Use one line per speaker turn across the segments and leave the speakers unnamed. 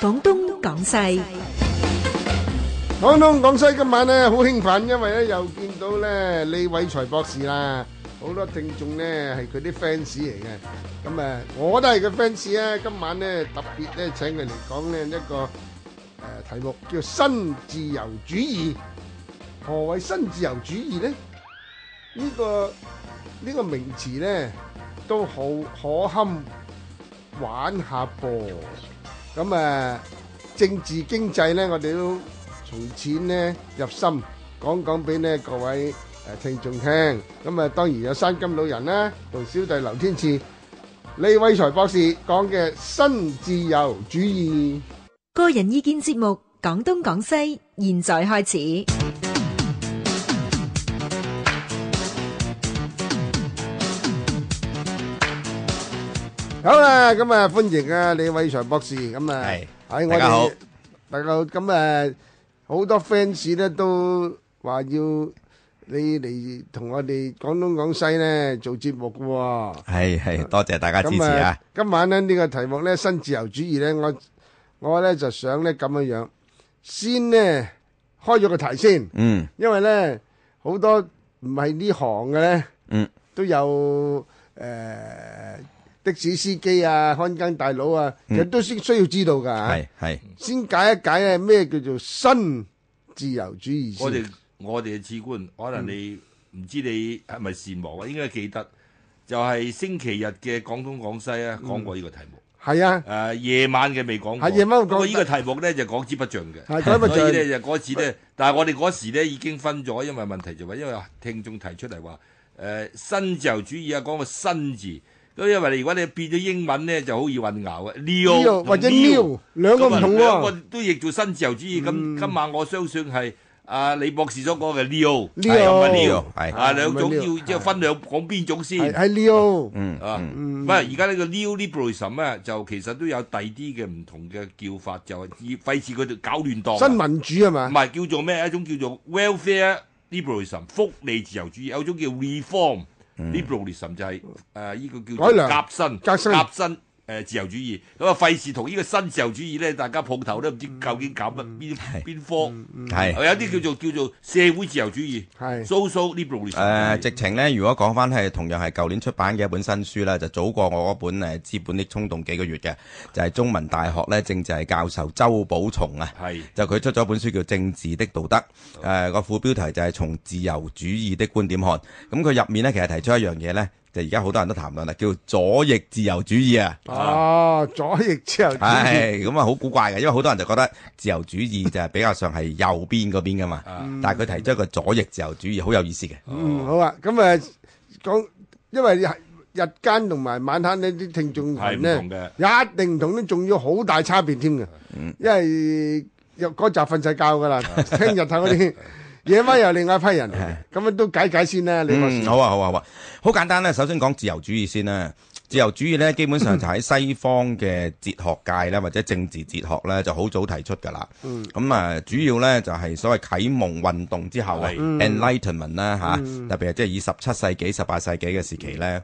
廣東廣西。
廣東廣西今晚呢，好興奮，因為咧又見到咧李偉才博士啦，好多聽眾呢係佢啲 fans 嚟嘅，咁啊我都係佢 fans 啊！今晚呢，特別咧請佢嚟講呢一個誒、呃題目叫新自由主義。何謂新自由主義呢？呢、個呢、個名詞呢，都好可堪玩下噃。咁啊，政治經濟呢，我哋都從淺呢入深講講俾呢各位誒聽眾聽。咁啊，當然有山金老人啦，同小弟劉天賜、李偉才博士講嘅新自由主義。
個人意見節目《廣東廣西》，現在開始。
好啦，咁啊，歡迎啊李偉才博士，咁啊
係
喺我
大家好
哋，大家好，咁啊好多 fans 咧都話要你嚟同我哋廣東廣西咧做節目嘅喎。
系系，多谢大家支持
咁
啊！，
今晚咧呢個題目咧新自由主義咧，我我咧就想咧咁樣樣，先呢開咗個題先，
嗯
因為咧好多唔係呢行嘅咧。
嗯，
都有誒、呃的士司機啊、看更大佬啊，其實都先需要知道㗎、
系系
先解一解咧咩叫做新自由主義
我哋
先。
我哋嘅次官，可
嗯
能你唔知你係咪善忘啊？應該記得，就係、星期日嘅廣東廣西啊，講過呢個題目。
係啊
誒、，夜晚嘅未
係
講過，
嗯啊夜晚我講
不過呢個題目咧就講之不盡嘅，
係講之不盡
所以咧就嗰次咧，但係我哋嗰時咧已經分咗，因為問題就話，因為聽眾提出嚟話誒新自由主義啊，講個新字，咁因為你如果你變咗英文咧就好易混淆啊 n e
呢
o
個或者 new 兩個唔同
啊兩個
喎。嗯
都譯做新自由主義。咁、今晚我相信係啊李博士所講嘅 Leo，
Leo
係唔係 Leo，
係
啊兩種
唔係
要
Leo，
即係分兩講邊種
係
先
係 Leo，
嗯
啊？
嗯
唔係而家呢個 neoliberalism 咧，就其實都有第二啲嘅唔同嘅叫法，就係以費事佢哋搞亂檔啊。
新民主係嘛
嗯
唔？係叫做咩？一種叫做 welfare liberalism 福利自由主義，有一種叫 reform liberalism 就係誒呢個
改
叫做
良
革新
革新
革新誒、呃自由主義。咁啊費事同呢個新自由主義咧，大家碰頭都唔知究竟搞乜邊邊科。
系
有啲叫做叫做社會自由主義
係
social liberalism。
诶，直情咧，如果講翻係同樣係舊年出版嘅一本新書啦，就早過我嗰本诶《資本的衝動》幾個月嘅，就係中文大學咧政治系教授周寶松啊。
係
就佢出咗本書叫《政治的道德》，誒、
哦
個副標題就係、從自由主義的觀點看。咁佢入面咧其實提出一樣嘢咧，就而家好多人都談論啦，叫左翼自由主義啊。
哦，左翼自由主義。
唉，咁啊好古怪嘅，因為好多人就覺得自由主義就係比較上係右邊嗰邊噶嘛，但係佢提出一個左翼自由主義，好有意思嘅。
嗯，好啊，咁啊講，因為日間同埋晚黑呢啲聽眾
係
群
唔
咧。
同嘅。
一定同啲仲要好大差別添嘅，
嗯
因為入嗰集瞓晒覺㗎 啦，聽日頭嗰啲，夜晚又另外一批人，咁啊樣都解解先啦，你話
嗯，好啊，好啊，好啊，好簡單咧。首先講自由主義先啦。自由主 義咧，基本上就喺西方嘅哲學界咧，或者政治哲學咧，就好早提出㗎啦。
嗯
咁啊、主要咧就係所謂啟蒙運動之後啊
係
enlightenment 啦嚇，
嗯
特別係即係以十七世紀、十八世紀嘅時期咧。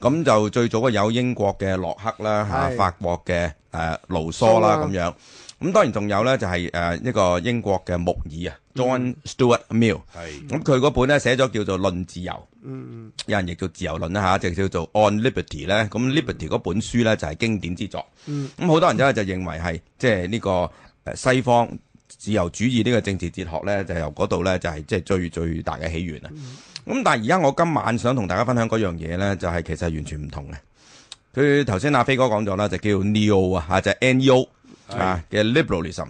咁就最早嘅有英國嘅洛克啦嚇，
係
法國嘅誒盧
蘇
梭啦
啦
咁樣。咁當然仲有咧就係誒一個英國嘅木爾啊，John Stuart Mill。
係
咁佢嗰本咧寫咗叫做《論自由》，有人亦叫《自由論》啦嚇，就叫做《On Liberty》咧。咁《Liberty》嗰本書咧就係經典之作。咁好多人咧就認為係即係呢個誒西方自由主義呢個政治哲學咧，就由嗰度咧就係即係最最大嘅起源啊。咁但係而家我今晚想同大家分享嗰樣嘢咧，就係其實係完全唔同嘅。佢頭先阿飛哥講咗啦，就叫 neo 啊，嚇就係 neo 啊嘅 liberalism。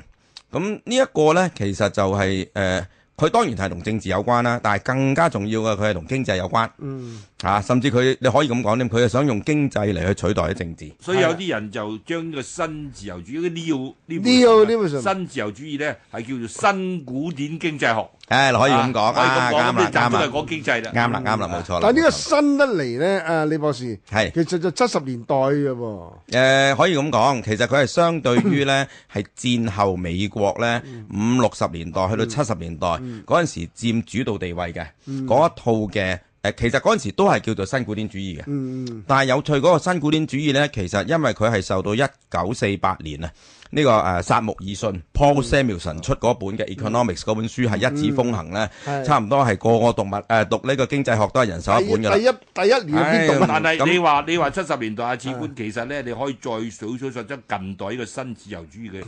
咁呢一個咧，其實就係、呃佢、當然係同政治有關啦，但係更加重要嘅佢係同經濟有關。嗯，啊，甚至佢你可以咁講添，佢係想用經濟嚟去取代啲政治。
所以有啲人就將呢個新自由主義呢個
Neo-
liberalism 啊
liberalism
新自由主義咧係叫做新古典經濟學。
誒，你可以咁講
可以
啊，
咁講，
啱
咁
啦，
你集
啱
中係嗯
啦，
講經濟啦。
啱啦，啱啦，冇錯
但呢
啦。冇錯
個
嗯啦
新得嚟咧，啊李博士，
係
其實就七十年代嘅喎，
誒、可以咁講，其實佢係相對於 呢係戰後美國呢
嗯嗯
五六十年代去到七十年代嗰陣、時佔主導地位嘅嗰、一套嘅誒，其實嗰陣時都係叫做新古典主義嘅。
嗯
但係有趣嗰個新古典主義呢，其實因為佢係受到一九四八年啊呢、個誒、呃、薩穆爾遜 Paul Samuelson 出嗰本嘅 Economics 嗰本書係一紙風行呢，
嗯係
差唔多係個個讀物誒、呃、讀呢個經濟學都係人手
第
一
一
本㗎啦哎
第。一第一年邊讀啊？
但係
咁
你話你話七十年代啊，次官其實咧，你可以再數數述咗近代呢個新自由主義嘅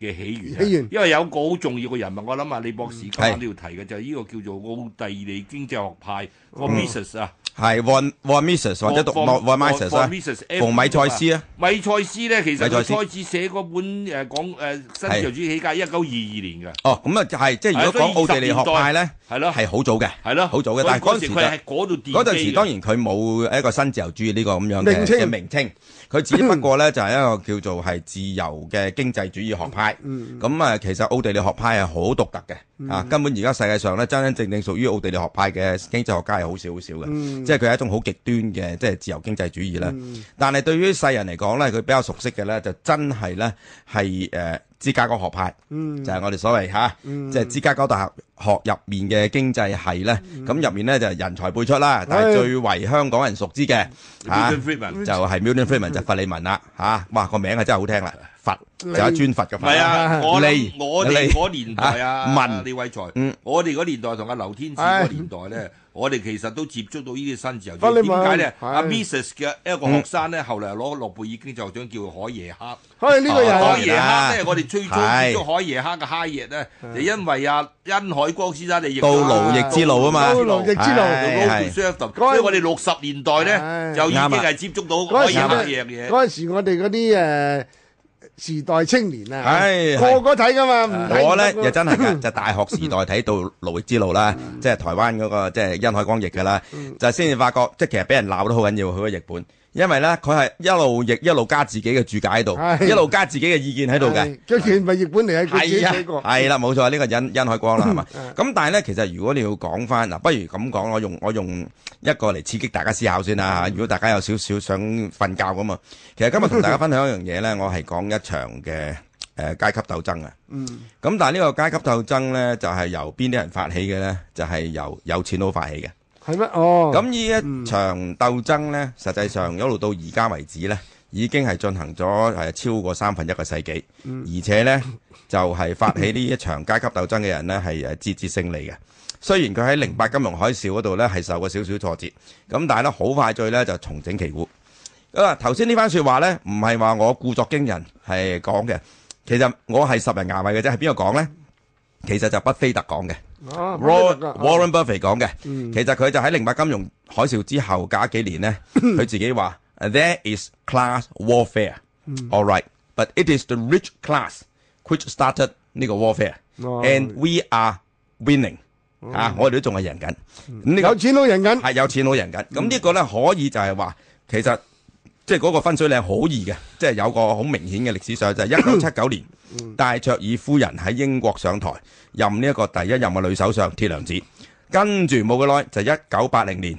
嘅起源啊。
起源
因為有個好重要嘅人物，我諗啊，李博士今晚
係
都要提嘅就係呢個叫做奧地利經濟學派個
嗯
Mises 啊，
係 Von Von Mises 或者讀 Von
Von-
Von Mises 啊
Von，Mises，
馮米塞斯啊，
米塞斯咧，其實
米塞
佢
斯
開始寫嗰本誒呃講誒新自由主義起家，一九二二年嘅，
哦，咁啊就係即係如果講奧地利學派呢，
係咯，
係好早嘅。
係咯，
好早嘅
所以
但係嗰陣時
時佢係嗰度奠基
嗰陣時
嘅
當然佢冇一個新自由主義呢個咁樣嘅
名稱
嘅名稱，佢只不過咧就係一個叫做係自由嘅經濟主義學派。咁啊，其實奧地利學派係好獨特嘅，啊，根本而家世界上咧真真正正屬於奧地利學派嘅經濟學家係好少好少嘅，即係佢係一種好極端嘅即係自由經濟主義啦。但係對於世人嚟講咧，佢比較熟悉嘅咧就真係咧係誒芝加哥學派。就係我哋所謂吓，即係芝加哥大學入面嘅經濟系咧，咁入面咧就人才輩出啦，但係最為香港人熟知嘅啊吓，就
Milton Friedman
係 Milton Friedman 就佛利民啦吓，哇個名係真係好聽啦，佛就係尊佛嘅
唔
佛
係
啦，
啊，我
利
諗我哋
利
嗰年代啊，
啊
啊
文
李偉才
嗯，
我哋嗰年代同阿劉天賜嗰年代咧， 我哋其實都接觸到呢啲新自由主
不
義。
你
點
問
解咧？
係
阿 Mises 嘅一個學生咧，後嚟攞諾貝爾經濟學獎叫海耶克。啊
可以呢個又
海
係
哦
耶克咧，我哋最早
係
接觸海耶克嘅哈耶咧，就因為阿殷海光先生你亦
道奴亦之路啊嘛，
道奴亦之路
係係
s e r v
嗰陣
所以我哋六十年代咧
唉
就已經
啱啊
係接觸到
嗰
海
陣
耶克呢
時
樣
咧，
嘢。
嗰陣時我哋嗰啲誒時代青年啊
係，係
個個睇噶嘛，唔睇
我咧
唔得㗎
就真係 㗎，就大學時代睇到《奴役之路》啦，即係台灣嗰個即係殷海光譯嘅啦，
嗯
就先至發覺即係其實俾人鬧得好緊要，佢個譯本，因為咧佢係一路譯一路加自己嘅注解喺度，
係
一路加自己嘅意見喺度嘅。
係佢其實咪譯本嚟嘅，佢自己
係啊
寫，過。
係啦，冇錯，呢個殷殷 海光啦，係嘛
嗯。
咁但係咧，其實如果你要講翻嗱，不如咁講，我用我用一個嚟刺激大家思考先
嗯
啦嚇。如果大家有少少想瞓覺咁啊，其實今日同大家分享一樣嘢咧，我係講一場嘅誒階級鬥爭啊。
嗯
咁但係呢個階級鬥爭呢，就係、由邊啲人發起嘅呢？就係、由有錢佬發起嘅。
係咩？哦，
咁呢、一場鬥爭呢，實際上一路到而家為止呢，已經係進行咗誒超過三分一個世紀，而且呢，就係、發起呢一場階級鬥爭嘅人呢，係誒節節勝利嘅。雖然佢喺零八金融海嘯嗰度呢，係受過少少挫折，咁但係呢，好快脆呢，就重整旗鼓。啊，頭先呢番説話呢，唔係話我故作驚人係講嘅，其實我係十人牙慧嘅啫，係邊個講呢？其實就畢菲特講嘅。
哦
Warren-
不得㗎
Warren Buffett 講嘅，其實佢就喺零八金融海嘯之後隔幾年呢，佢自己話：There is class warfare, all right, but it is the rich class which started 呢個 warfare,
哦
and we are winning。啊，我哋都仲係贏緊，呢個
有錢佬人緊，
係有錢佬贏緊。咁呢個呢，可以就係話，其實即係嗰個分水嶺好易嘅，即係有個好明顯嘅歷史上就係 一九七九年，戴卓爾夫人喺英國上台，任呢一個第一任嘅女首相鐵娘子。跟住冇幾耐就一九八零年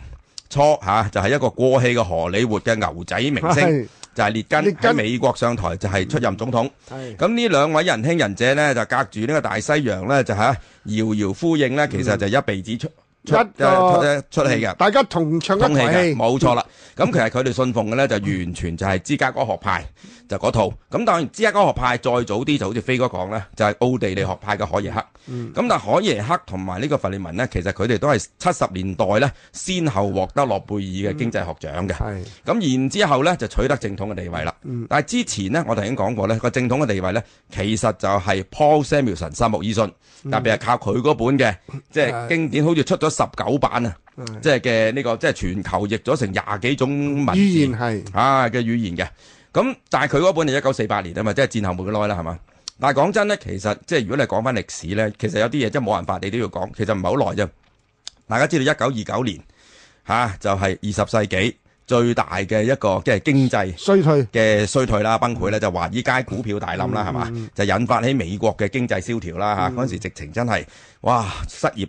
初嚇、就係、一個過氣嘅荷里活嘅牛仔明星
係，
就係列根
列
喺
根
美國上台就係出任總統。
係
咁呢兩位仁兄仁者呢，就隔住呢個大西洋呢，就嚇、遙遙呼應呢，其實就一鼻子出出
一個
出出氣嘅。
大家同唱一
通氣
台
嘅，
戲，
冇錯啦。咁其實佢哋信奉嘅咧就完全就係芝加哥學派就嗰套。咁當然芝加哥學派再早啲就好似飛哥講咧，就係、奧地利學派嘅海耶克。咁、但係海耶克同埋呢個弗利民呢，其實佢哋都係七十年代咧先後獲得諾貝爾嘅經濟學獎嘅。
係
咁然之後咧就取得正統嘅地位啦。但係之前呢，我頭先講過咧，個正統嘅地位咧，其實就係 Paul Samuelson 三木爾信，特別係靠佢嗰本嘅即係經典，好似出咗十九版啊，即係嘅呢個即係全球譯咗成廿幾種
語
文
言
字
係
啊嘅語言嘅。咁但係佢嗰本係一九四八年啊嘛，即係戰後冇幾耐啦，係嘛？但係講真咧，其實即係如果你講翻歷史咧，其實有啲嘢真係冇辦法，你都要講。其實唔係好耐啫。大家知道一九二九年嚇、就係二十世紀最大嘅一個即係經濟
衰退，
嘅衰退啦、崩潰咧，就華爾街股票大
嗯
冧啦，係嘛？就引發起美國嘅經濟蕭條啦嚇。嗰陣時直情真係哇，失業